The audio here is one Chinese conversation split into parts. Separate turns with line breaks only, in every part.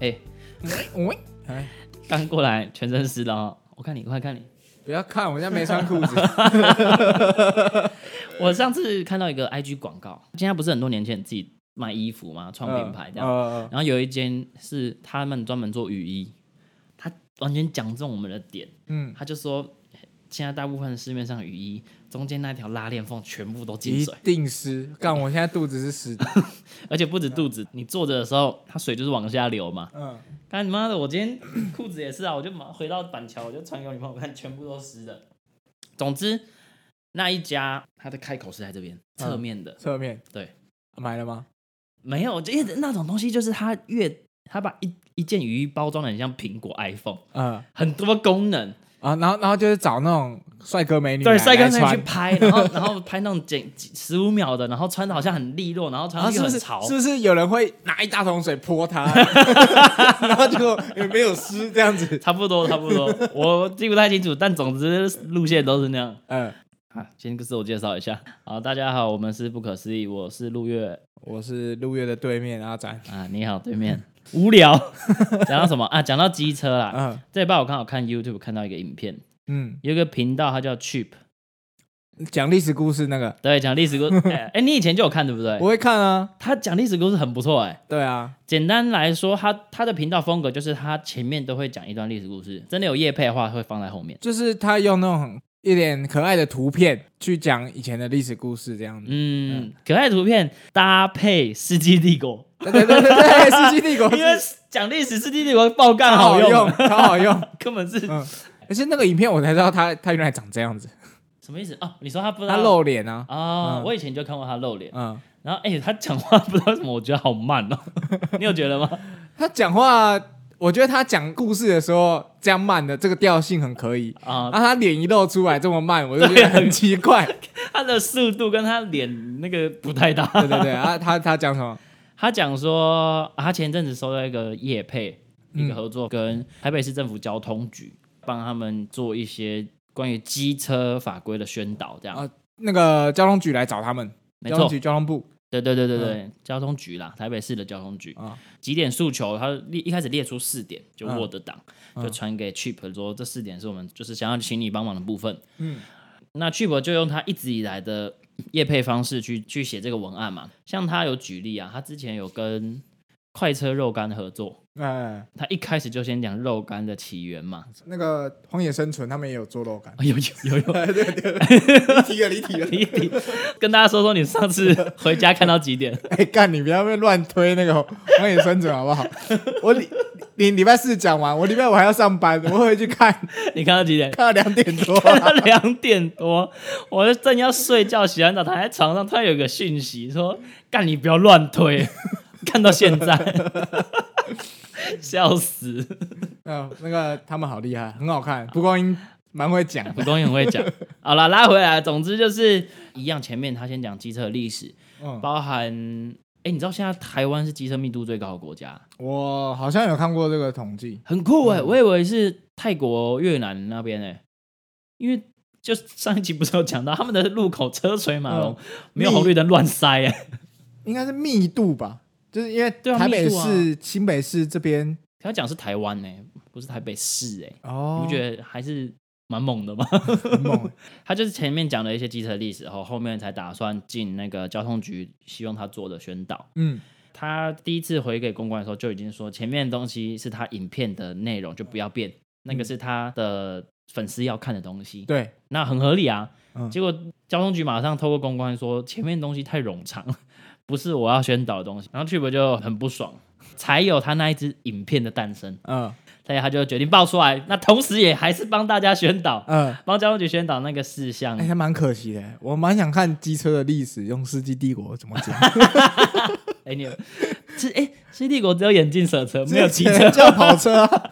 哎，
喂，哎，
刚过来全身湿的哦，我看你，快看你。
不要看，我现在没 穿裤子。
我上次看到一个 IG 广告，现在不是很多年轻人自己卖衣服嘛，创
嗯
品牌这样。
样。
然后有一间是他们专门做雨衣，他完全讲中我们的点，
嗯，
他就说现在大部分市面上雨衣中间那条拉链缝全部都进
一
水，
定湿。干，我现在肚子是湿的。
而且不止肚子，你坐着的时候它水就是往下流嘛。
嗯，
干你妈的！我今天裤子也是啊，我就马回到板桥，我就传给我女朋友看，全部都湿的。总之，那一家它的开口是在这边侧面的，
侧面。
对，
买了吗？
没有，因为那种东西就是它越它把一一件雨衣包装的很像苹果 iPhone，
嗯
很多功能，
啊，然后然后就是找那种帅哥美女来，
对，帅哥
来
可以去
穿。
拍，然 后然后拍那种剪十五秒的，然后穿的好像很利落，然后穿
然
上
后
去很
是不是
潮，
是不是有人会拿一大桶水泼他， 然后结果也没有湿这样子？
差不多差不多，我记不太清楚，但总之路线都是那样。
嗯，
啊，先自我介绍一下。好，大家好，我们是不可思议，我是陆月
我是陆月的对面阿展。
啊，你好，对面无聊，讲到什么啊？讲到机车啦。
嗯
这一半我刚好看 YouTube 看到一个影片，
嗯，
有一个频道它叫 Cheap，
讲历史故事那个
对，讲历史故事。哎、哎你以前就有看对不对
我？会看啊。
他讲历史故事很不错哎、
对啊，
简单来说，他他的频道风格就是他前面都会讲一段历史故事，真的有叶配的话会放在后面。
就是他用那种很一点可爱的图片去讲以前的历史故事 这样子。
嗯，可爱图片搭配《世纪帝国
对对对对对，《世纪帝国》》，
因为讲历史，《世纪帝国》爆干
哦超
好
好
用，啊
用，超好用。
根本是、
嗯而且那个影片我才知道他他原来长这样子，
什么意思哦？你说他不知道
他露脸啊，
啊、
嗯
我以前就看过他露脸，
嗯，
然后哎、他讲话不知道为什么，我觉得好慢哦。 你有觉得吗？
他讲话，我觉得他讲故事的时候这样慢的这个调性很可以，
啊、
啊，他脸一露出来这么慢，我就觉得很奇怪。
他的速度跟他脸那个不太搭。
对对对，啊，他他讲什么？
他讲说，啊他前阵子收到一个业配，一个
嗯
合作跟台北市政府交通局帮他们做一些关于机车法规的宣导，这样、
啊那个交通局来找他们，
没
交通
错。
局交通部
对对对对对，交通局啦，台北市的交通局
啊
几点诉求，他列一开始列出四点，就
嗯
Word 档、
嗯
就传给 Cheap 说这四点是我们就是想要请你帮忙的部分。
嗯，
那 Cheap 就用他一直以来的业配方式去去写这个文案嘛，像他有举例啊，他之前有跟快车肉干合作，
哎，
他一开始就先讲肉干的起源嘛，，
那个荒野生存他们也有做啊肉感
有有有有。
对对对，离题了离题了，
你你跟大家说说你上次回家看到几点？
哎，干你不要被乱推那个荒野生存好不好？我礼你礼拜四讲完，我礼拜五还要上班，我回去看，
你看到几点？
看到两点多
看到两点多，我就正要睡觉，洗完澡躺在床上，突然有个讯息说：“干你不要乱推。” 看到现在，笑死！
嗯，那个他们好厉害，很好看，蒲公英蛮会讲
普
的，
通也很会讲。好了，拉回来，总之就是一样。前面他先讲机车的历史，
嗯，
包含哎、诶你知道现在台湾是机车密度最高的国家，
我好像有看过这个统计，
很酷哎、我以为是泰国、越南那边哎、因为。就上一集不是有讲到他们的路口车水马龙，
嗯
没有红绿灯乱塞哎、
应该是密度吧，就是因为
对啊
台北
密度啊
市、新北市这边，
他讲是台湾呢、欸不是台北市哎、
哦
你不觉得还是蛮猛的吗？
得很猛？欸
他就是前面讲了一些机车历史后，后面才打算进那个交通局，希望他做的宣导。
嗯，
他第一次回给公关的时候就已经说，前面的东西是他影片的内容，就不要变，那个是他的粉丝要看的东西，
对，
那很合理啊。
嗯
结果交通局马上透过公关说，前面的东西太冗长，不是我要宣导的东西。然后 t r 就很不爽，才有他那一支影片的诞生。
嗯
所以他就决定爆出来。那同时也还是帮大家宣导，
嗯，
帮交通局宣导那个事项
哎，。还蛮可惜的，我蛮想看机车的历史，用《世纪帝国》怎么讲，
哎、你有是哎，西帝国只有眼镜蛇车，没有机
只
车
能， 叫跑车啊，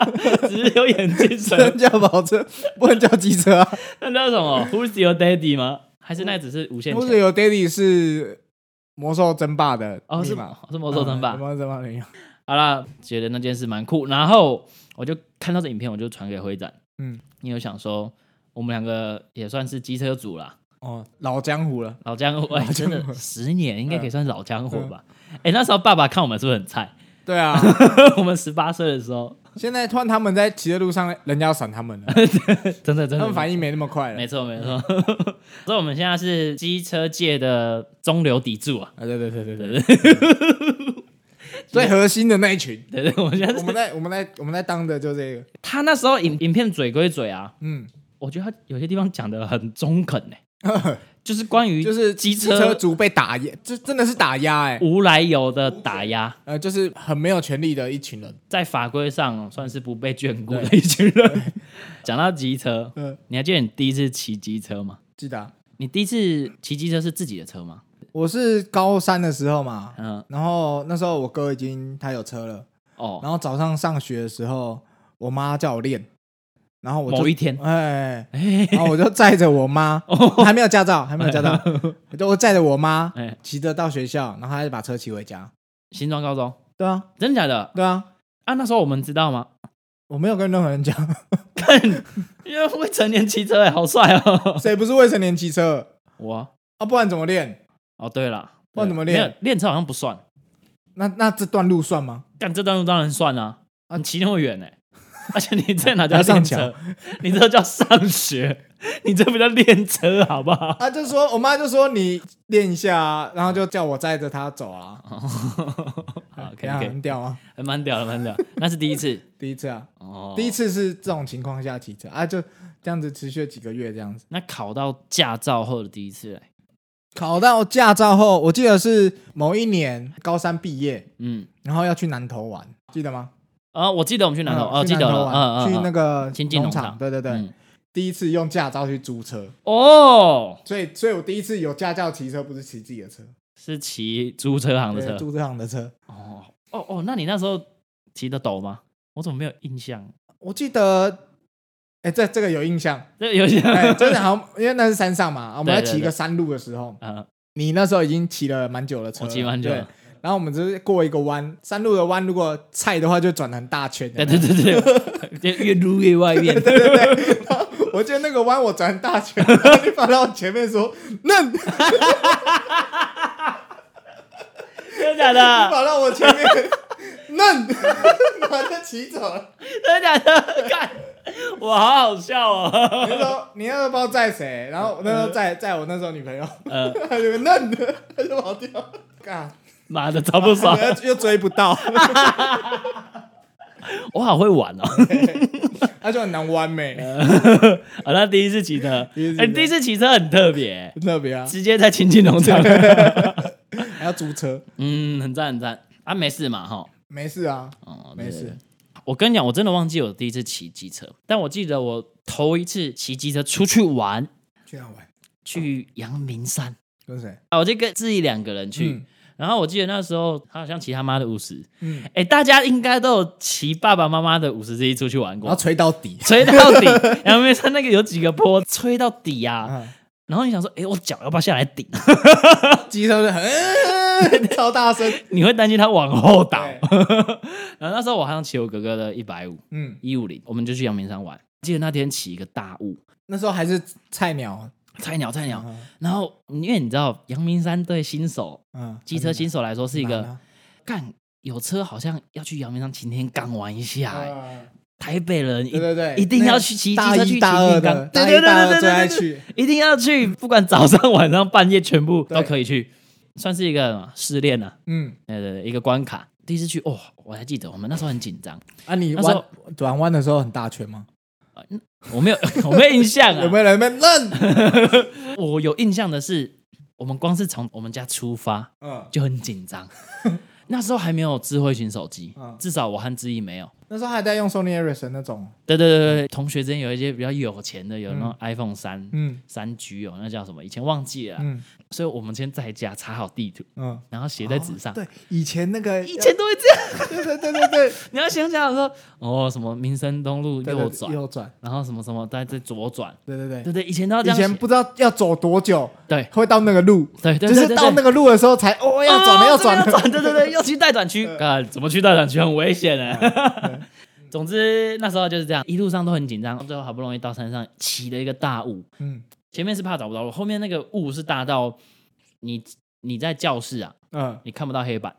只有眼 镜
只
蛇
能。叫跑车，不能叫机车啊。
那叫什么？Who's your daddy 吗？还是那只是无限
或
钱
者？有 Daddy 是魔兽争霸的
哦，是
密
吗
码？
是魔兽争霸
嗯。魔兽争霸的密码
好啦，觉得那件事蛮酷，然后我就看到这影片，我就传给辉展，
嗯，
因为我想说我们两个也算是机车组啦。
哦，老江湖了。
老江湖，哎、
老江
真
湖嗯
的十年应该可以算是老江湖吧？哎、那时候爸爸看我们是不是很菜？
对啊，
我们十八岁的时候，
现在突然他们在骑的路上，人家要闪他 们了，
真的真
他
的
们，反应没那么快了。
没错没错。 所以我们现在是机车界的中流砥柱啊，
啊，对对对对对， 最核心的那一群，
对对，我们现在
我
是
们在我们在我们在当的就这个，
他那时候影影片嘴归嘴啊，
嗯，
我觉得他有些地方讲的很中肯呢、欸就是关于
就是
机
机车族被打压，这真的是打压哎、
无来由的打压，
呃，就是很没有权利的一群人，
在法规上算是不被眷顾的一群人。 讲到机车，
嗯，
你还记得你第一次骑机车吗？
记得啊、
你第一次骑机车是自己的车吗？
我是高三的时候嘛，
嗯，
然后那时候我哥已经他有车了，
哦，
然后早上上学的时候，我妈叫我练，然后我就
某一天，
哎，
哎，
然后我就载着我妈
哦，
还没有驾照，还没有驾照，我就我载着我妈
哎，
骑着到学校，然后她就把车骑回家。
新庄高中，
对啊，
真的假的
对啊，
啊？那时候我们知道吗？
我没有跟任何人讲，
看，因为未成年骑车哎，好帅 哦！
谁不是未成年骑车
我，
啊？不然怎么练？
哦，对了，
不然怎么
对了
练
没有练车好像不算，
那那这段路算吗？
干这段路当然算啊！啊，你骑那么远呢、 而且你这哪
还
叫
要上
练
桥
车？ 你这叫上学， 你这不叫练车，好不好？
啊，就说我妈就说你练一下、啊，然后就叫我载着她走啊，
哦好，可以
这样
可以
很，屌啊！
还哎蛮屌的，蛮屌的。那是第一次
第一次啊，
哦，
第一。次是这种情况下骑车啊，就这样子持续了几个月这样子。
那考到驾照后的第一次、欸，
考到驾照后，我记得是某一年高三毕业，
嗯，
然后要去南投玩，记得吗？
啊，我记得我们去南投，哦，记
去南
得
投
了，
玩
嗯嗯，
去
嗯
那个
亲近农
场，
场
对对对，
嗯
第一次用驾照去租车，
哦，
所以所以我第一次有驾照骑车，不是骑自己的车，
是骑租车行的
对，
车，
租车行的车。
哦哦哦，那你那时候骑的陡吗？我怎么没有印象？
我记得，哎，这这个有 印象，
这有印象，
哎，真的好像，因为那是山上嘛，我们在
对对
骑一个
对
山路的时候，
呃，
你那时候已经骑了蛮久的车
我
了，
骑蛮久
对
了，
然后我们就是过一个弯，山路的弯，如果菜的话就转很大圈。
对对对对，就越撸越外面，
对对对，然后我记得那个弯我转很大圈，然后你跑到我前面说 嫩，你
真的假的？
跑到我前面嫩， 然后就骑走 了。
真的假的？看，我好好笑哦。
你那时候你那时候不知道载谁，然后我那时候载载我那时候女朋友，
呃，
她就嫩的，她就跑掉。干，
妈的，超不爽，
又又追不到，
我好会玩哦。
她就很难弯美，
呃好，啊那第一次骑车，
第一次骑车
哎，第一次骑车很特别，
很特别 啊，
直接在亲近农场。
还要租车，
嗯，很赞很赞啊，没事嘛哈。
没事啊，
哦，
没
对
事。。
我跟你讲，我真的忘记我第一次骑机车，但我记得我头一次骑机车出去玩，
去哪玩？
去阳明山
跟谁？
啊，我就跟自己两个人去。
嗯
然后我记得那时候他好像骑他妈的五十，
嗯，
哎，大家应该都有骑爸爸妈妈的五十 C 出去玩
然后
过，
吹到底。
吹到底。阳明山那个有几个坡，吹到底啊。
嗯
然后你想说，哎，我脚要不要下来顶？啊
机车就很 超大声，
你会担心他往后倒。
对
然后那时候我好像骑我哥哥的一百五
嗯，
一五零，我们就去阳明山玩。记得那天起一个大雾，
那时候还是菜鸟，
菜鸟菜鸟。
嗯
然后因为你知道，阳明山对新手
嗯，啊
机车新手来说是
是
一个干有车，好像要去阳明山擎天岗玩一下、欸台北人一
对对对，
一定要去骑机
大
车去
一
擎
大二
天
的，
岗，
大
对对
一
对
大
对
二
对
最爱
对对
去，
一定要去， 不管早上、晚上、半夜，全部
对
都可以去，算是一个试炼啊，
嗯，
对对对，一个关卡。第一次去，哦，我还记得我们那时候很紧张，
啊，你
那时
弯
候
转弯的时候很大圈吗？
我没有 我没有印象啊，
有没有人在那边愣？
我有印象的是，我们光是从我们家出发，
嗯，
就很紧 张。那时候还没有智慧型手机
嗯，
至少我和知毅没有。
那时候还在用 Sony Ericsson 那种，
对对对对，同学之间有一些比较有钱的，有那种 iPhone 三
嗯
三 G 哦，那叫什么？以前忘记了啊，
嗯
所以我们先在家查好地图，
嗯，
然后写在纸上。
对，以前那个
啊以前都会这样，
对对对对对，
你要想想说，哦，什么民生东路
对
右
对
转，
右转，
然后什么什么再再左转，
对对
对
对。
对，以前都要这
以
样
前
写。
不知道要走多久
对
会到那个路，
对对，
就
对
是到那。个路的时候才哦
对对
要转了
哦
要
这
转
边要
了，
转，对对对，要去待转区，啊，怎么去待转区很危险呢？ 总之那时候就是这样，一路上都很紧张，最后好不容易到山上，起了一个大雾，
嗯
前面是怕找不到路，后面那个雾是大到你你在教室啊，
嗯，
你看不到黑板，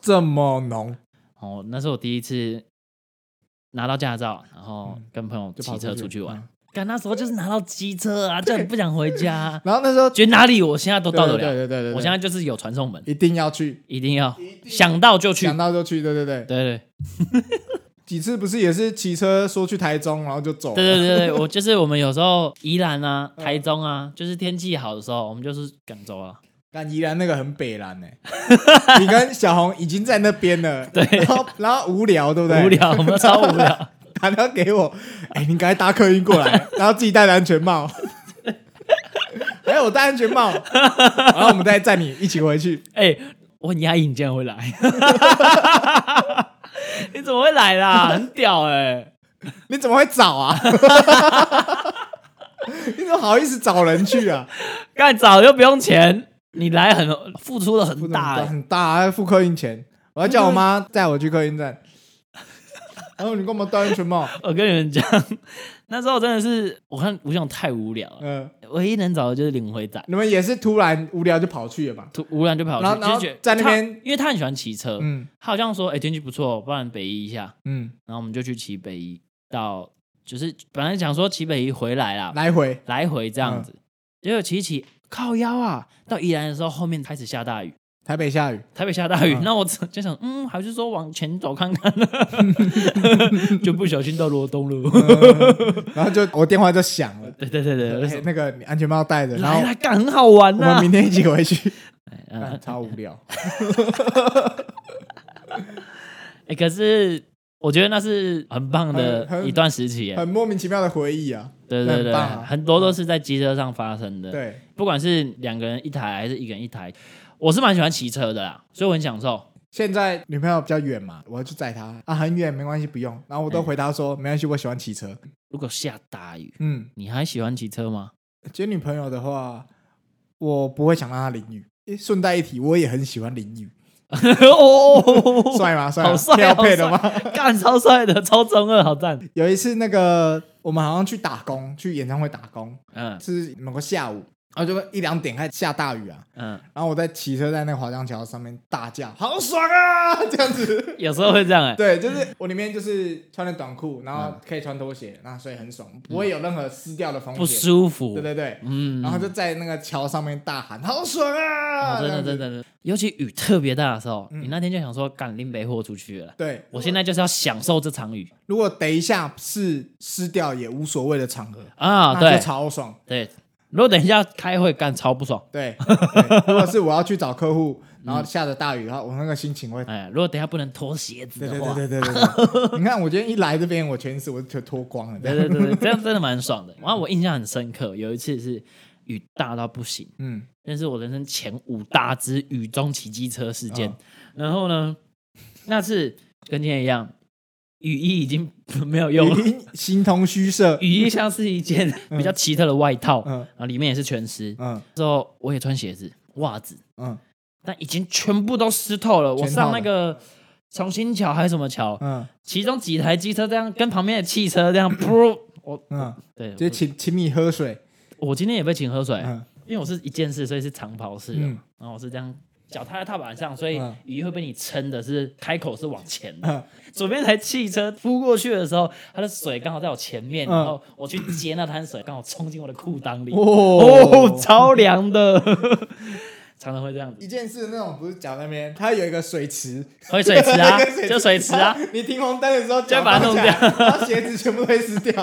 这么浓，
哦，那是我第一次拿到驾照，然后跟朋友
嗯就跑
骑车
出去
出去玩
嗯。
干、那时候就是拿到机车 啊，叫你不想回家啊、
然后那时候
觉得哪里我现在都到得了，
对对对对对对
我现在就是有传送门，
一定要去，
一定要想到就去。
想到就去，对对对。
对对
几次不是也是骑车说去台中，然后就走了，
对对对对，我就是我们有时候宜兰啊、
嗯
台中啊，就是天气好的时候，我们就是赶走啊。
但宜兰那个很北蓝呢、 你跟小红已经在那边了，
对
然后然后无聊，对不对？
无，聊，我们超无聊。
打电话给我，哎、你赶快搭客运过 来，然后自己戴着安全帽， 还有我戴安全帽，然后我们再载你一起回去。
哎、我很压抑你竟然会来， 你怎么会来啦？很屌哎、
你怎么会找啊？ 你怎么好意思找人去啊？
干早又不用钱，你来很付出了很大、欸，
很大、啊，付客运钱，我要叫我妈载我去客运 站。然后你干嘛戴安全帽？
我跟你们讲，那时候真的是我看吴想太无聊了，
嗯、
唯一能找的就是林辉仔，
你们也是突然无聊就跑去了吧？
突无然就跑
然
去，就
后然后
是觉得
在那
他
边
因为他很喜欢骑车，
嗯
他好像说哎、天气不错，不然北一一下，
嗯，
然后我们就去骑北一到，就是本来想说骑北一回来啦，
嗯来回
来回这样子，
嗯
结果骑一骑靠腰啊，到宜兰的时候后面开始下大雨。
台北下雨，
台北下大雨，
嗯
那我就想，嗯，还是说往前走看 看，就不小心到罗东路。，
嗯然后就我电话就响了
对对对对，我就
哎
说
那个你安全帽戴着，然
来
后
来，干很好玩
我
呐、
们明天一起 回去，
嗯
干
嗯
超无聊。
哎、可是我觉得那是很棒
很
的
很
一段时期耶，
很莫名其妙的回忆啊。
对对
很
对，
棒啊
很多都是在机车上发生的。，
对，
不管是两个人一台还是一个人一台，我是蛮喜欢骑车的啦，所以我很享受。
现在女朋友比较远嘛，我要去载她啊，很远没关系，不用。然
哎
后我都回答说、没关系，我喜欢骑车。
如果下大雨，
嗯，
你还喜欢骑车吗？
接女朋友的话，我不会想让她淋雨。诶顺带一提，我也很喜欢淋雨，
哦，
帅吗？帅吗，
好帅，
漂
好
配的
帅
吗？
干超帅的，超中二，好赞。
有一次那个我们好像去打工，去演唱会打工，
嗯
是某个下午，然后就一两点开始下大雨啊，
嗯，
然后我在骑车在那个华江桥上面大叫，好爽啊， 这样子。
有时候会这样哎、
对，就是我里面就是穿着短
嗯
裤，然后可以穿拖鞋，那所以很爽，不会有任何湿掉的风
不
险。
舒服。
对对啊对，
嗯，
然后就在那个桥上面大喊，好爽啊！
哦，真的真的
的，
真的，尤其雨特别大的时
嗯
候，你那天就想说，赶拎北货出去了。
对。
我现在就是要享受这场雨
如果等一下是湿掉也无所谓的场合，
啊！
那
对
就超爽。
对，如果等一下开会干超不爽，
对， 对如果是我要去找客户，然后下着大雨的话，我那个心 情会。
哎，如果等一下不能脱鞋子
对
的
对
话，
对对对对 对，你看我今天一来这边，我全是我就脱光了。
对对对对，这样真的蛮爽的。然后我印象很深刻，有一次是雨大到不行，
嗯，
那是我人生前五大支雨中骑机车事件。
嗯
然后呢，那次跟今天一样，雨衣已经没有用了，
语音形同虚 设。
雨衣像是一件比较奇特的外套，
嗯
然后里面也是全湿。
嗯
之后我也穿鞋子、袜子，
嗯
但已经全部都湿透了。我
全套
上
的
那个重新桥还是什么桥，
嗯
其中几台机车这样跟旁边的汽车这样，噗，我
嗯，
对
就请请你喝水。
我，我今天也被请喝水，
嗯
因为我是一件事，所以是长袍式的嘛，然后我是这样。脚踏在踏板上，所以
嗯
鱼会被你撑的是开口是往前的。
嗯
左边台汽车扑过去的时候，它的水刚好在我前面，
嗯
然后我去接那滩水，刚好冲进我的裤裆里。哦，
哦，
超凉的，常常会这样子，
一件事那种不是脚那边，它有一个水池，
喝水池啊
有一个，
就水池啊。。
你停红灯的时候脚
就把它
放
弄
下
掉
来然后鞋子全部都会湿 掉，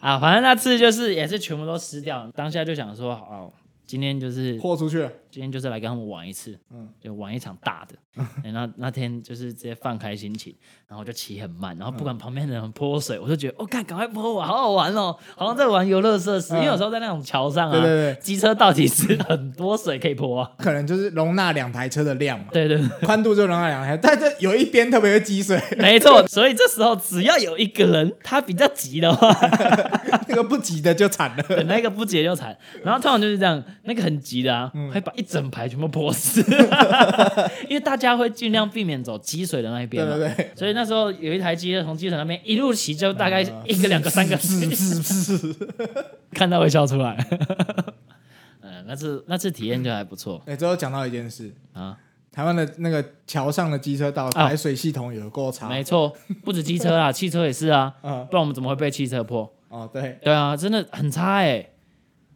啊，反正那次就是也是全部都湿掉，当下就想说，好，今天就是
豁出去了。
今天就是来跟他们玩一次，
嗯
就玩一场大的。 然那那天就是直接放开心情，然后我就骑很慢，然后
嗯
不管旁边的人泼水，我就觉得，哦，看，赶快泼我，好好玩哦，好像在玩游乐设施，
嗯
因为有时候在那种桥上
对
啊，
对对，
机车到底是很多水可以泼啊。
可能就是容纳两台车的量嘛。
对对对
宽度就容纳两台，但这有一边特别会积水，
没错，所以这时候只要有一个人他比较急的话，
那个不急的就惨了。
等那个不急就惨。然后通常就是这样，那个很急的啊，
嗯
会把一整排全部泼 死，因为大家会尽量避免走积水的那一边
对
嘛。
对对，
所以那时候有一台机车从机场那边一路骑，就大概一个、两个、三个，
啊是是是。
看到会笑出 呃来。嗯，那次那次体验就还不错
哎，最后讲到一件事，
啊，
台湾的那个桥上的机车道
啊
排水系统有够差。
没错，不止机车啦，汽车也是啊，
嗯，
不然我们怎么会被汽车破？
哦，对，
对啊，真的很差哎、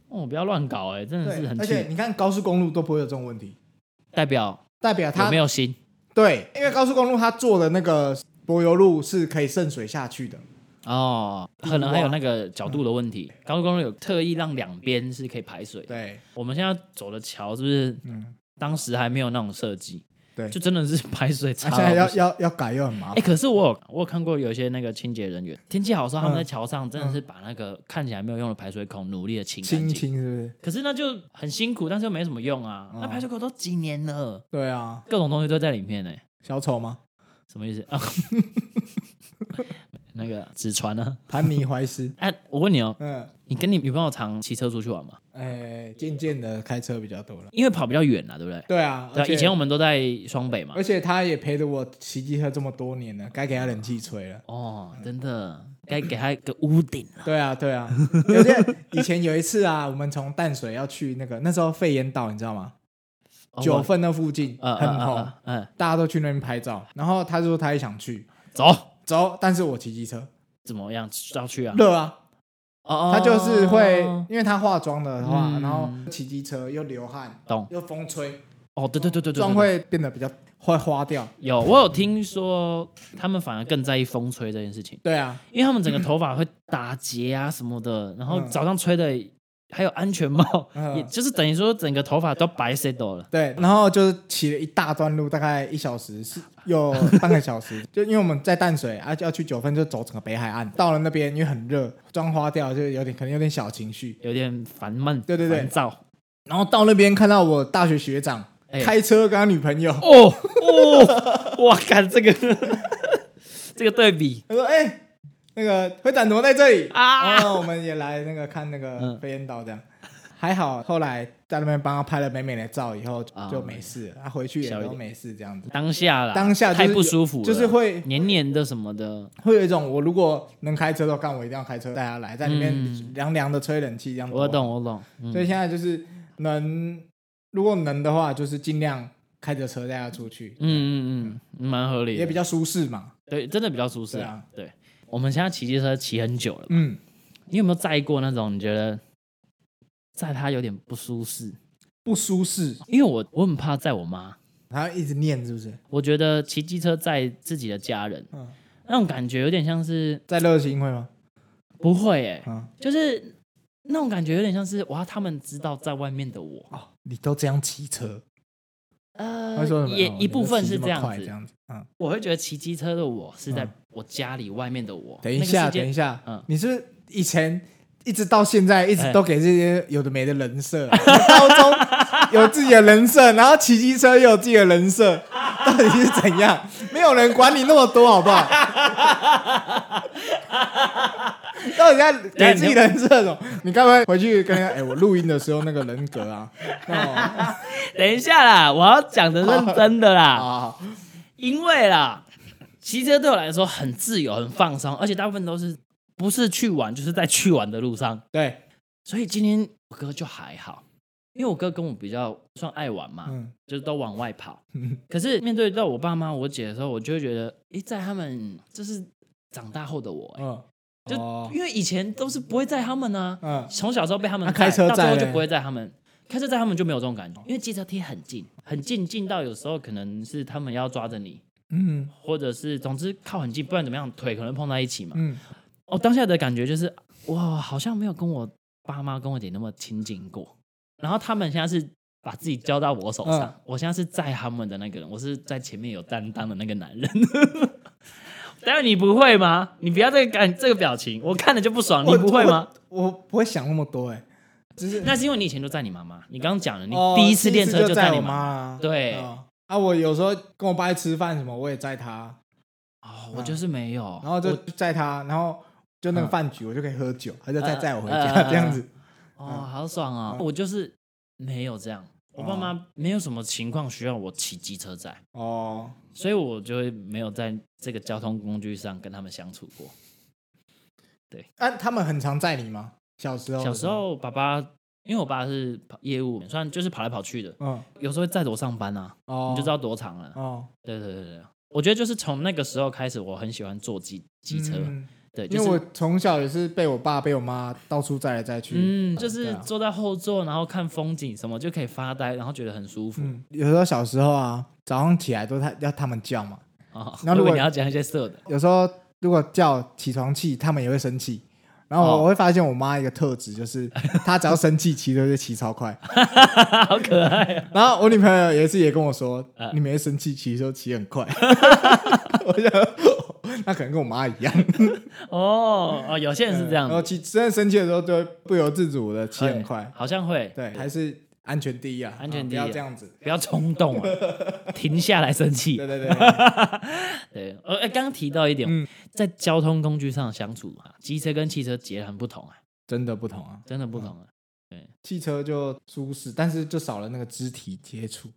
哦，不要乱搞哎、真的是
对，
很
而且
气，
你看高速公路都不会有这种问题，
代表
代表它
有没有心？
对，因为高速公路它做的那个柏油路是可以渗水下去的。
哦，
低
可能还有
洼
那个角度的问题。
嗯
高速公路有特意让两边是可以排水的。
对，
我们现在走的桥是不是
嗯，
当时还没有那种设计？
对
就真的是排水差
那
到
现
不行。
在要要要改又很麻
哎、
烦。
可是我有我有看过有一些那个清洁人员，天气好的时候，他们
嗯
在桥上真的是把那个看起来没有用的排水孔努力的清干
清嗯
净。
清是不是？
可是那就很辛苦，但是又没什么用啊。那排水孔都几年了，
对啊，
各种东西都在里面呢、
小丑吗？
什么意思啊？ 那个纸船呢？
盘尼怀斯。
哎、我问你哦，
嗯，
你跟你女朋友常骑车出去玩吗？
哎，渐渐的开车比较多了。
因为跑比较远啊，对不对？
对啊，
对啊，
而且
以前我们都在双北嘛
而。且他也陪着我骑机车这么多年了，该给他冷气吹了。
哦，真的该给他一个屋顶了。
对啊，对啊，有些以前有一次啊，我们从淡水要去那个那时候肺炎岛，你知道吗？
哦
九份那附近
呃
很红，
呃呃呃
大家都去那边拍照。然后他就说他也想去，
走
走，但是我骑机车，
怎么样？要去啊？
热啊，
哦，
他就是会，因为他化妆的话，
嗯
然后骑机车又流汗，
懂
又风吹，
哦，对对对对对，
妆
对对
会变得比较会花掉。
有我有听说，他们反而更在意风吹这件事情，
对啊，
因为他们整个头发会打结啊什么的，然后
嗯
早上吹的还有安全帽，
嗯
也就是等于说整个头发都白色的了。
对，然后就是骑了一大段路，大概一小时是有半个 小时，就因为我们在淡水啊，要去九份就走整个北海岸，到了那边因为很热，妆花掉就有点可能有点小情绪。
有点烦闷，
对对对
烦躁。
然后到那边看到我大学学长、
哎
开车跟他女朋友，
哦哦，哇，看这个这个对比
他说：“哎、那个会长怎么在这里？”
啊
然后我们也来那个看那个
嗯
飞燕岛这样。还好后来在那边帮他拍了美美的照，以后
啊
就没事了，他回去也
小一
都
点
没事这样子。
当下啦，
当下就是
太不舒服了，
就是会
黏黏的什么的，
会有一种我如果能开车的话，干我一定要开车带他来，在里面
嗯
凉凉的吹冷气这样子。
我懂。我懂，嗯
所以现在就是能，如果能的话，就是尽量开着车带他出去，
嗯嗯嗯，蛮合理的，
也比较舒适嘛。
对，真的比较舒适
对啊。
对，我们现在骑机车骑很久了，
嗯，
你有没有载过那种你觉得载它有点不舒适？
不舒适，
因为我我很怕载我妈，
他一直念是不是？
我觉得骑机车载自己的家人，
嗯
那种感觉有点像是
在热心会吗？
不会哎、
嗯，
就是那种感觉有点像是哇，他们知道在外面的我，
哦，你都这样骑车，他
呃
说什么
也
哦
一部分是
你都骑
这
这么
样
快
子，
这样子。嗯，
我会觉得骑机车的我是在
嗯
我家里外面的我。
等一下，
那个世界
等一下，
嗯
你是不是以前一直到现在一直
哎
都给这些有的没的人设，啊 你高中有自己的人设，然后骑机车又有自己的人设，到底是怎样？没有人管你那么多，好不 好？到底在给自己人设什
哎
么？你该不会回去跟人家？哎、我录音的时候那个人格啊， 那
等一下啦，我要讲的认真的
我
啦，
啊，
因为啦，骑车对我来说很自由、很放松，而且大部分都是不是去玩，就是在去玩的路上。
对，
所以今天我哥就还好，因为我哥跟我比较算爱玩嘛，
嗯
就是都往外 跑。
嗯
可是面对到我爸妈、我姐的时候，我就会觉得，诶，在他们就是长大后的我、诶
嗯，
就
哦
因为以前都是不会载他们啊，
嗯
从小时候被他们
啊
载、
开车
到最
载
后
嘞
就不会载他们。开车载他们就没有这种感觉，因为机车贴很近，很近，近到有时候可能是他们要抓着你，
嗯
或者是总之靠很近，不然怎么样，腿可能碰在一起嘛。
嗯，
我、当下的感觉就是，哇，好像没有跟我爸妈跟我姐那么亲近过。然后他们现在是把自己交到我手上，
嗯
我现在是载他们的那个人，我是在前面有担当的那个男人。 但是你不会吗？你不要这个感这个表情，我看了就不爽。你
我
不会吗？？
我我不会想那么多、哎，只是
那是因为你以前都载你妈妈，你刚刚讲了，你
哦
第一次练车
就
载
载
你
我妈啦。
对
哦啊，我有时候跟我爸去吃饭什么，我也载他，
哦，我就是没有，
然后就
我
载他，然后就那个饭局我就可以喝酒，他就再
嗯
载我
嗯
回家
嗯
这样子。
哦，好爽哦，
嗯
我就是没有这样，我爸
哦
妈没有什么情况需要我骑机车载。
哦，
所以我就会没有在这个交通工具上跟他们相处过。
啊，他们很常载你吗？小时候，
小时，候，爸爸因为我爸是跑业务，虽然就是跑来跑去的，
嗯，
有时候会载着我上班啊，
哦，
你就知道多长了。
哦，
对对对对，我觉得就是从那个时候开始，我很喜欢坐机机车。
嗯
对，就
因
是
为我从小也是被我爸、被我妈到处载来载去，
嗯，
啊
就是
对啊
坐在后座，然后看风景什么，就可以发呆，然后觉得很舒服
嗯，有时候小时候啊，早上起来都他要他们叫嘛，
啊。
那
如
如
果
果
你要讲一些色的，
有时候如果叫起床气，他们也会生气。然后
哦
我我会发现我妈一个特质，就是她只要生气，骑车就骑超快。
好可爱啊！
然后我女朋友有一次也跟我说
嗯：“
你每次生气骑车骑很 快。”我就那可能跟我妈一样，
哦哦，有些 人是这样
然后
子，
骑真的生气的时候，就会不由自主的骑很快
会。好像会，
对，还是安全第一啊，
哎安全
啊
第一啊
不要这 样子。
不要冲动啊，停下来生气
对。对对，
对，呃，哎刚刚提到一点，
嗯
在交通工具上的相处啊，机车跟汽车截然不同啊，
真的不同啊。
真的不同啊。
汽车就舒适，但是就少了那个肢体接触，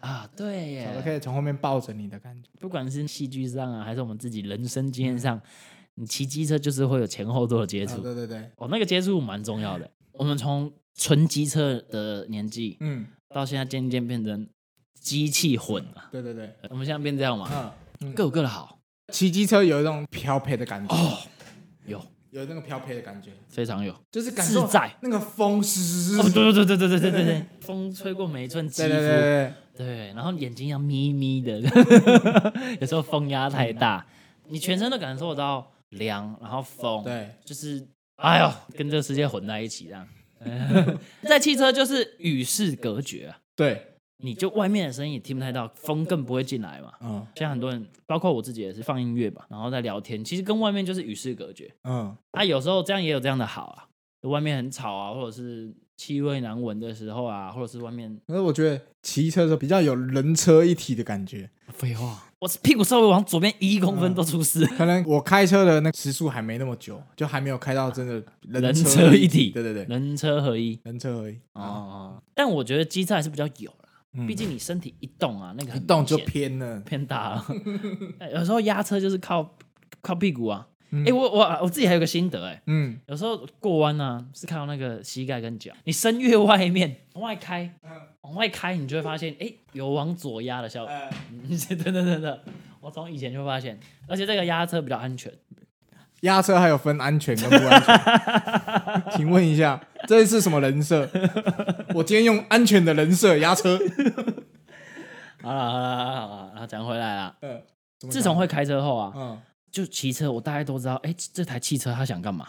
啊，对
少了
耶，
可以从后面抱着你的感觉。
不管是戏剧上啊，还是我们自己人生经验上，你骑机车就是会有前后座的接
啊
触，
对对对，
哦，那个接触蛮重要的。我们从纯机车的年纪
嗯，
到现在，渐渐变成机器混了。
啊对对对，
我们现在变这样嘛，
嗯，
各有各的好
骑机车有一种漂配的感觉，
哦，有
有那个漂配的感觉，
非常有。
就是感受
自在
那个风嘶，
哦，对对对对对对对对，风吹过每一寸肌
对对
肤，
对对，
对，然后眼睛要眯眯的， 有时候风压太大，你全身都感受到凉，然后风，
对，
就是哎呦，跟这个世界混在一起这样。 在汽车就是与世隔绝、啊，
对，
你就外面的声音也听不太到，风更不会进来嘛。
嗯
现在很多人，包括我自己也是放音乐吧，然后在聊天，其实跟外面就是与世隔绝。
嗯，
啊，有时候这样也有这样的好啊，外面很吵啊，或者是气味难闻的时候啊，或者是外面
可是我觉得骑车的时候比较有人车一体的感觉，
废话，我屁股稍微往左边移一
嗯
公分都出事。
可能我开车的那时速还没那么久，就还没有开到真的
人
车
车一体
对对嗯对，
人车合一
人车而已，
哦哦，但我觉得机车还是比较有啦，毕竟你身体一动啊，那个
嗯一
很
动就
明显
偏了，
偏大了。 哎有时候压车就是靠靠屁股啊。哎、
嗯
我我我自己还有个心得哎、
嗯，
有时候过弯啊是靠那个膝盖跟脚，你伸越外面 往外开，
嗯
往外开你就会发现哎、有往左压的效果。
呃
嗯真的真的真的，我从以前就发现，而且这个压车比较安全。
压车还有分安全跟不安全， 请问一下，这是什么人设？我今天用安全的人设压车。
好了好了好了，然后讲回来啦。
呃，怎么讲
自从会开车后啊，
嗯，
就骑车，我大概都知道，哎、这台汽车它想干嘛，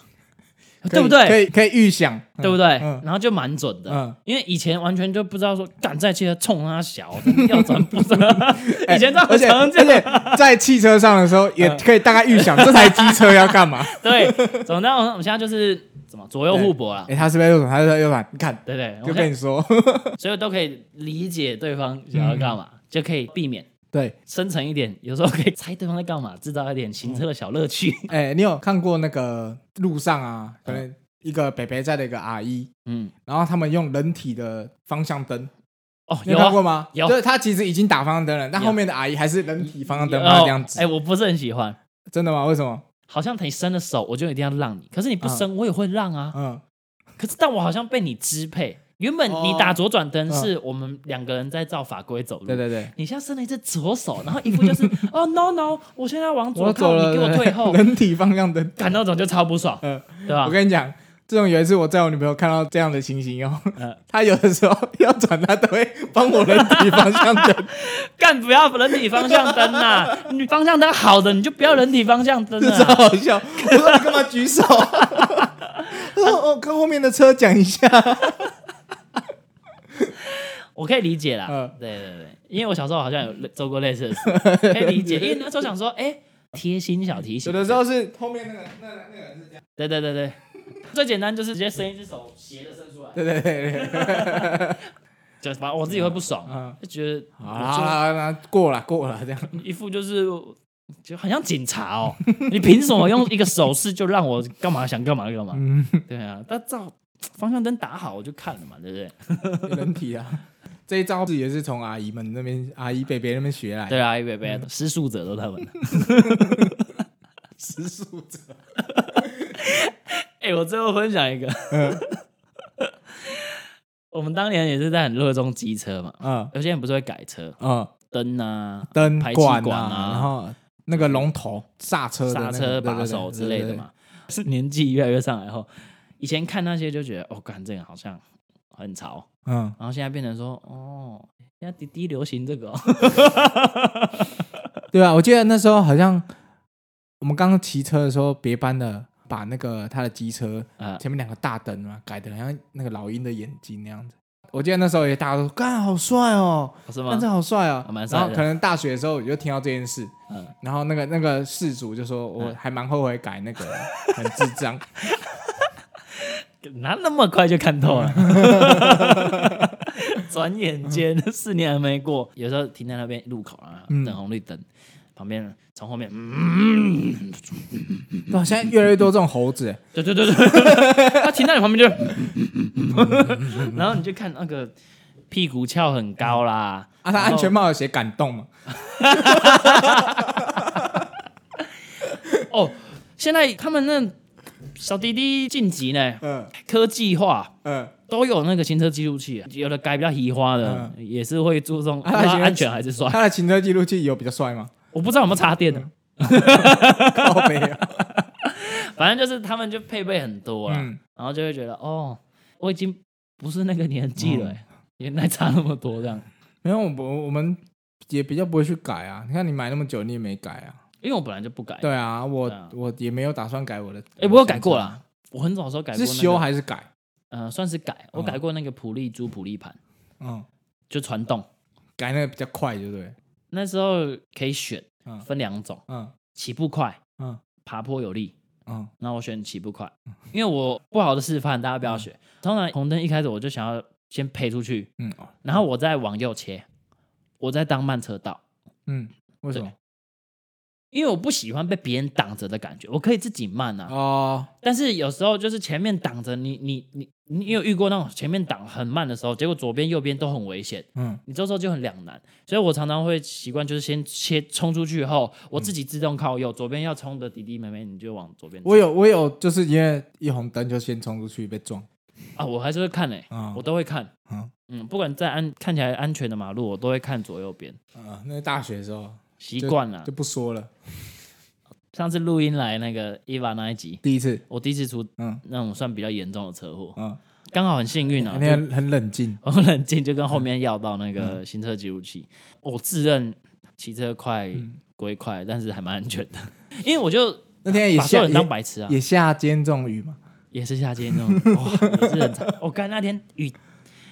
可以
对不对？
可以可以预想，嗯
对不对？
嗯
然后就蛮准的，
嗯
因为以前完全就不知道说，干这台汽车冲 它小，要转不转？ 以前都
呃而
很
且
常
而
见，
且在汽车上的时候，
嗯
也可以大概预想这台机车要 干嘛。
对。总之，我们现在就是怎么左右互搏啦，
哎，他是不是右转？他是不是右转？你看，
对不对？我们
就
现
跟 你说，
在所以都可以理解对方想要干嘛，就可以避免
对，
深层一点，有时候可以猜对方在干嘛，制造一点行车的小乐趣。
哎，你有看过那个路上啊，可能一个北北在的一个阿姨，
嗯，
然后他们用人体的方向灯，
哦，
你
有
有看
啊
过吗？
有
就是他其实已经打方向灯了，但
有
后面的阿姨还是人体方向灯
有
把它这样子
哎，。我不是很喜欢。
真的吗？为什么？
好像你伸了手，我就一定要让你。可是你不伸，我也会让啊。
嗯，
可是但我好像被你支配。原本
哦
你打左转灯
嗯
是我们两个人在照法规走路，
对对对，
你现在伸了一只左手，然后一副就是 哦 no no，我现在往左
我走
靠，
了，，
你给我退后
人体方向灯。
感到种就超不爽，
嗯，
对吧
我？跟你讲，自从有一次我载我女朋友看到这样的情形以后，
嗯
她有的时候要转，她都会帮我人体方向灯。
干不要人体方向灯呐，你方向灯好的你就不要人体方向灯
这超
啊。
好 笑！我说你干嘛举手？ 她说哦，跟后面的车讲一下。
我可以理解啦，
嗯
对对对，因为我小时候好像有 类做过类似的事，可以理解。因为那时候想说，哎、贴心小提
有
醒，
的时候是后面那个那个那个人是这样。
对对对对，最简单就是直接伸一只手斜着伸出来，
对对对对对，
就反正我自己会不爽，
嗯
就觉得
好啦好啦，那过了过了，这样
我就一副就是就很像警察哦， 你凭什么用一个手势就让我干嘛想干嘛干嘛？对啊，但照方向灯打好我就看了嘛，对不对？
人体啊。这一招也是从阿姨们那边、阿姨伯伯那边学来的。
对啊，一杯杯失速者都他们。
食宿 者。
哎、我最后分享一个， 我们当年也是在很热衷机车嘛，
嗯
有些人不是会改车，
嗯，
灯啊、
灯
排气
管
管
啊，
啊
然后那个龙头、刹车的那
刹
个、
车
对
把手之类的。
对对对对
嘛。是年纪越来越上来后，以前看那些就觉得，哦，干这个好像很潮，
嗯，
然后现在变成说，哦，现在滴滴流行这个、哦，
对啊，我记得那时候好像我们刚刚骑车的时候，别班的把那个他的机车
啊
前面两个大灯嘛，改的像那个老鹰的眼睛那样子。我记得那时候也大家都说，干好帅哦，
是吗
干？这好帅哦
啊，蛮帅
然
的
后可能大学的时候我就听到这件事，
嗯，
然后那个那个事主就说，我还蛮后悔改那 个，很智障。
哪那么快就看透了？ 转眼间四年还没过，有时候停在那边路口啊，
嗯
等红绿灯，旁边从后面，嗯，
对啊，现在越来越多这种猴 子，欸
对对对对， 他停在你旁边就， 然后你就看那个屁股翘很高啦，
啊，他
然后
安全帽有写感动嘛？
哦，现在他们那小滴滴晋级呢，
嗯
科技化。
嗯，
都有那个行车记录器，啊有的改比较移花的，也是会注重
嗯啊行
安全还是帅。
他的行车记录器有比较帅 吗？
我不知道有没有插电的，
嗯靠背 啊，
反正就是他们就配备很多啦，
嗯，
然后就会觉得哦，我已经不是那个年纪
嗯
了、欸，原来差那么多这样。
没有，我不我们也比较不会去改啊。你看你买那么久，你也没改啊。
因为我本来就不改，哎、
对啊，我
对啊
我也没有打算改我的。
我有改过啦，我很早的时候改
我
过、那
的行车，是
个
修，还是改？
呃，算是改，我
嗯
改过那个普利珠普利盘，
嗯，
就传动，
改那个比较快，对不对？
那时候可以选
嗯
分两种，
嗯
起步快，
嗯
爬坡有力，
嗯
然后我选起步快， 因为我不好的示范，大家不要学。通常红灯一开始我就想要先配出去，
嗯
然后我再往右切，我再当慢车道，
嗯，为什么？
因为我不喜欢被别人挡着的感觉，我可以自己慢啊。
哦，
但是有时候就是前面挡着你，你你你你有遇过那种前面挡很慢的时候，结果左边右边都很危险，
嗯
你这时候就很两难。所以我常常会习惯就是先切冲出去后，我
嗯
自己自动靠右，左边要冲的弟弟妹妹你就往左边走
我有我有，就是因为一红灯就先冲出去被撞。
啊，我还是会看嘞、
嗯
我都会看。
嗯
嗯，不管在安看起来安全的马路，我都会看左右边，
嗯，那是大学的时候
习惯了
就。不说了。
上次录音来那个伊娃那一集，
第一次，
我第一次出
嗯
那种算比较严重的车祸，
嗯，
刚好很幸运啊
那， 天很冷静。
我冷静就跟后面要到那
嗯
个行车记录器。我自认骑车快
嗯
归快，但是还蛮安全的， 因为我就
那天也
把所有
下
人当
也
白痴啊，
也下今天这种雨嘛，
也是下街那种，哇，也是很惨。我看那天雨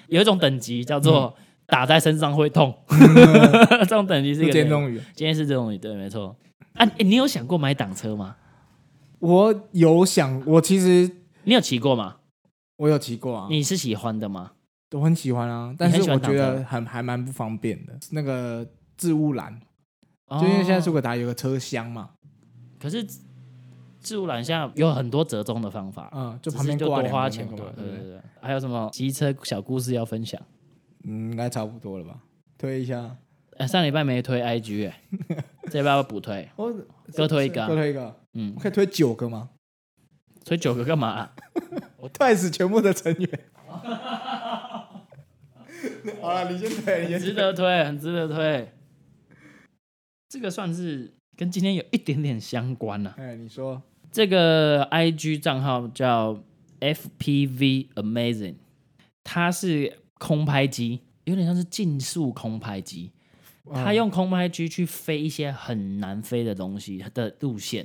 有一种等级叫做
嗯
打在身上会 痛，这种等级是
就
一
今
个
天
等级
这种雨。
今天是这种雨，对，没错。啊，诶你有想过买挡车吗？
我有想，我其实
你有骑过吗？
我有骑过啊，
你是喜欢的吗？
我很喜欢啊，但
你很
是
喜
我
欢
觉
挡
得很还蛮不方便的。那个置物篮，
哦
就因为现在苏格达有个车厢嘛，
可是自物揽下有很多折中的方法，
嗯，就
只
旁边
是就
挂
多
两
花
个
钱
那
嘛，
个嘛
对
对不
对
对？
对。还有什么机车小故事要分享？
嗯，应该差不多了吧？推一下，
呃，上礼拜没推 IG，哎 这礼拜要补推，
我
各推一个啊
各推一个，
嗯
我，可以推九个吗？
推九个干嘛啊？
Twice 全部的成 员。好了，你先推，你先推
值得推，很值得推。这个算是跟今天有一点点相关啊了、
哎，你说，
这个 IG 账号叫 FPV Amazing，它是空拍机，有点像是竞速空拍机。它用空拍机去飞一些很难飞的东西的路线，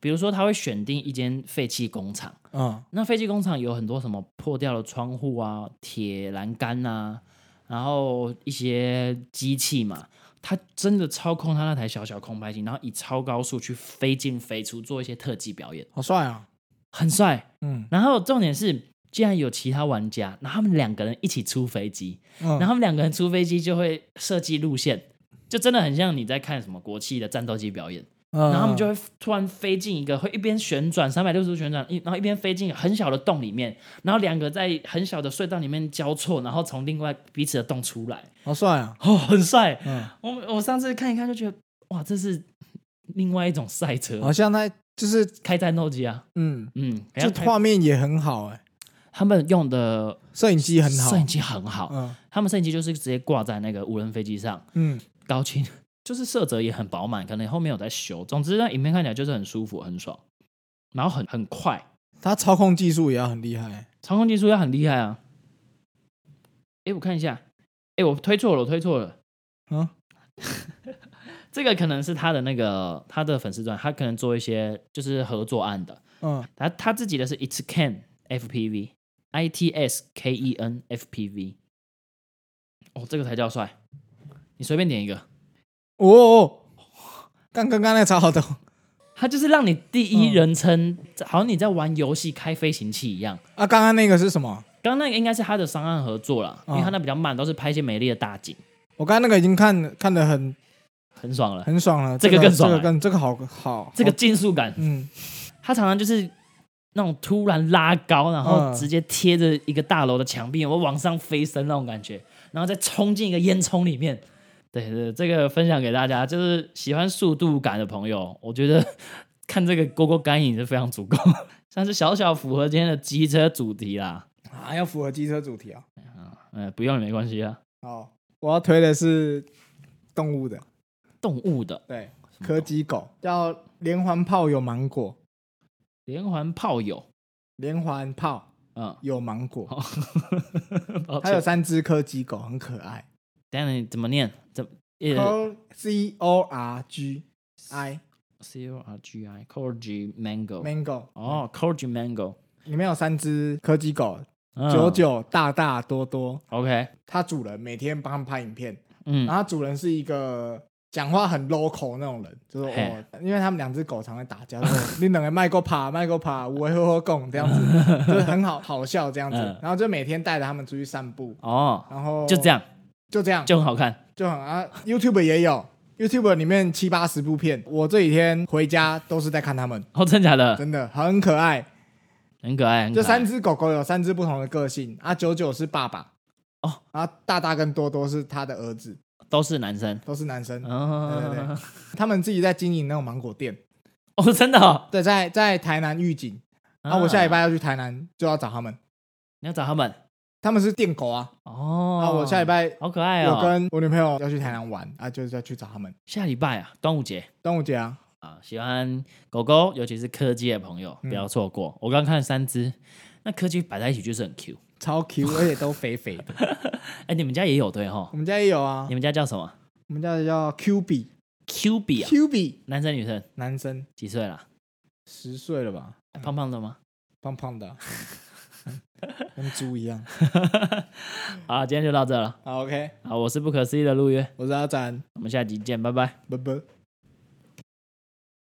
比如说，它会选定一间废弃工厂。
嗯
那废弃工厂有很多什么破掉的窗户啊、铁栏杆啊，然后一些机器嘛，它真的操控它那台小小空拍机，然后以超高速去飞进飞出，做一些特技表演，
好帅啊，
很帅。
嗯
然后重点是，既然有其他玩家，然后他们两个人一起出飞机，
嗯
然后他们两个人出飞机就会设计路线。就真的很像你在看什么国际的战斗机表演，
嗯
然后他们就会突然飞进一个，会一边旋转三百六十度旋转，一然后一边飞进很小的洞里面，然后两个在很小的隧道里面交错，然后从另外彼此的洞出来，
好帅啊，
哦，很帅。
嗯，
我我上次看一看就觉得，哇，这是另外一种赛车，
好像那就是
开战斗机啊，
嗯，
嗯，
就
它
画面也很好哎，
他们用的
摄影机很好
摄，影机很好，
嗯
他们摄影机就是直接挂在那个无人飞机上，
嗯，
高清， 就是色泽也很饱满，可能后面有在修。总之，那影片看起来就是很舒服、很爽，然后很很快，
它操控技术也要很厉害，
操控技术要很厉害啊。哎，我看一下，哎，我推错了，我推错了，
嗯，
这个可能是他的那个他的粉丝团，他可能做一些就是合作案的，
嗯，
他他自己的是 It's Ken FPV I T S K E N F P V，哦，这个才叫帅，你随便点一个。
哦哦，刚刚刚那个超好的，
它就是让你第
嗯
一人称，好像你在玩游戏开飞行器一样。
啊，刚刚那个是什么？
刚刚那个应该是他的商案合作啦，因为
嗯
他那比较慢，都是拍一些美丽的大景，
我刚刚那个已经看看得很
很爽了。
很爽了，
这
这
个更爽
这
欸
个更这个好好，
这个
好
竞速感，
嗯，
他常常就是那种突然拉高，然后
嗯
直接贴着一个大楼的墙壁，我往上飞升那种感觉，然后再冲进一个烟囱里面。对对，这个分享给大家，就是喜欢速度感的朋友，我觉得 看这个《勾勾干影》是非常足够， 算是小小符合今天的机车主题啦。
啊，要符合机车主题啊。
嗯，不用也没关系啊。
好，哦我要推的是动物的，
动物的
对，
什么
柯
动物
基狗叫连环炮有芒果，
连环炮友，
连环炮
嗯，
有芒果，
好，抱
它有
歉。
三只柯基狗，很可爱。
等一下你怎么念？怎呃么
O C O R G I
C O R G I c o r g Mango？
Mango
哦 c o r g Mango，
里面有三只柯基狗，
嗯
九九大大多多，
OK，
它主人每天帮它们拍影片，
嗯
然后它主人是一个讲话很 local 那种人，就是
嘿
哦，因为他们两只狗常会打架，说你两个卖过爬， 卖过爬，我会喝供这 样子，就是很好好笑这样子
嗯，
然后就每天带着他们出去散步，
哦，
然后
就这，样
就这样，
就很好看。
就很啊，YouTube 也有。YouTube 里面七八十部片，我这几天回家都是在看他们，
哦，真假的，
真的很可爱。
很可爱，很可
这
爱
三只狗狗有三只不同的个性啊，九九是爸爸
哦，
然后大大跟多多是他的儿子，
都是男生。
都是男生。对对
哦
对，他们自己在经营那种芒果店，
哦，真的哦。
对，在在台南预警。啊，我下礼拜要去台南，就要找他们。
你要找他们
他们是店狗啊，
哦。
啊，我下礼拜
好可爱
我
哦。
跟我女朋友要去台南玩啊，就是要去找他们。
下礼拜啊，端午节。
端午节啊，
啊，喜欢狗狗，尤其是柯基的朋友，不要错过。我刚看三只，那柯基摆在一起就是很 Q。
超 Q，而且都肥肥的。
哎，你们家也有对哈
我？们家也有啊
你，们家叫什么
我们家的叫 Q 比
？Q 比啊？
，Q 比
男生女生
男生
几岁啦？
十岁了吧，
胖胖的吗？
胖胖 的啊，跟猪一样。
好了，今天就到这了。
好，OK，
好，我是不可思议的陆约，
我是阿展，
我们下集见，拜拜。
拜拜。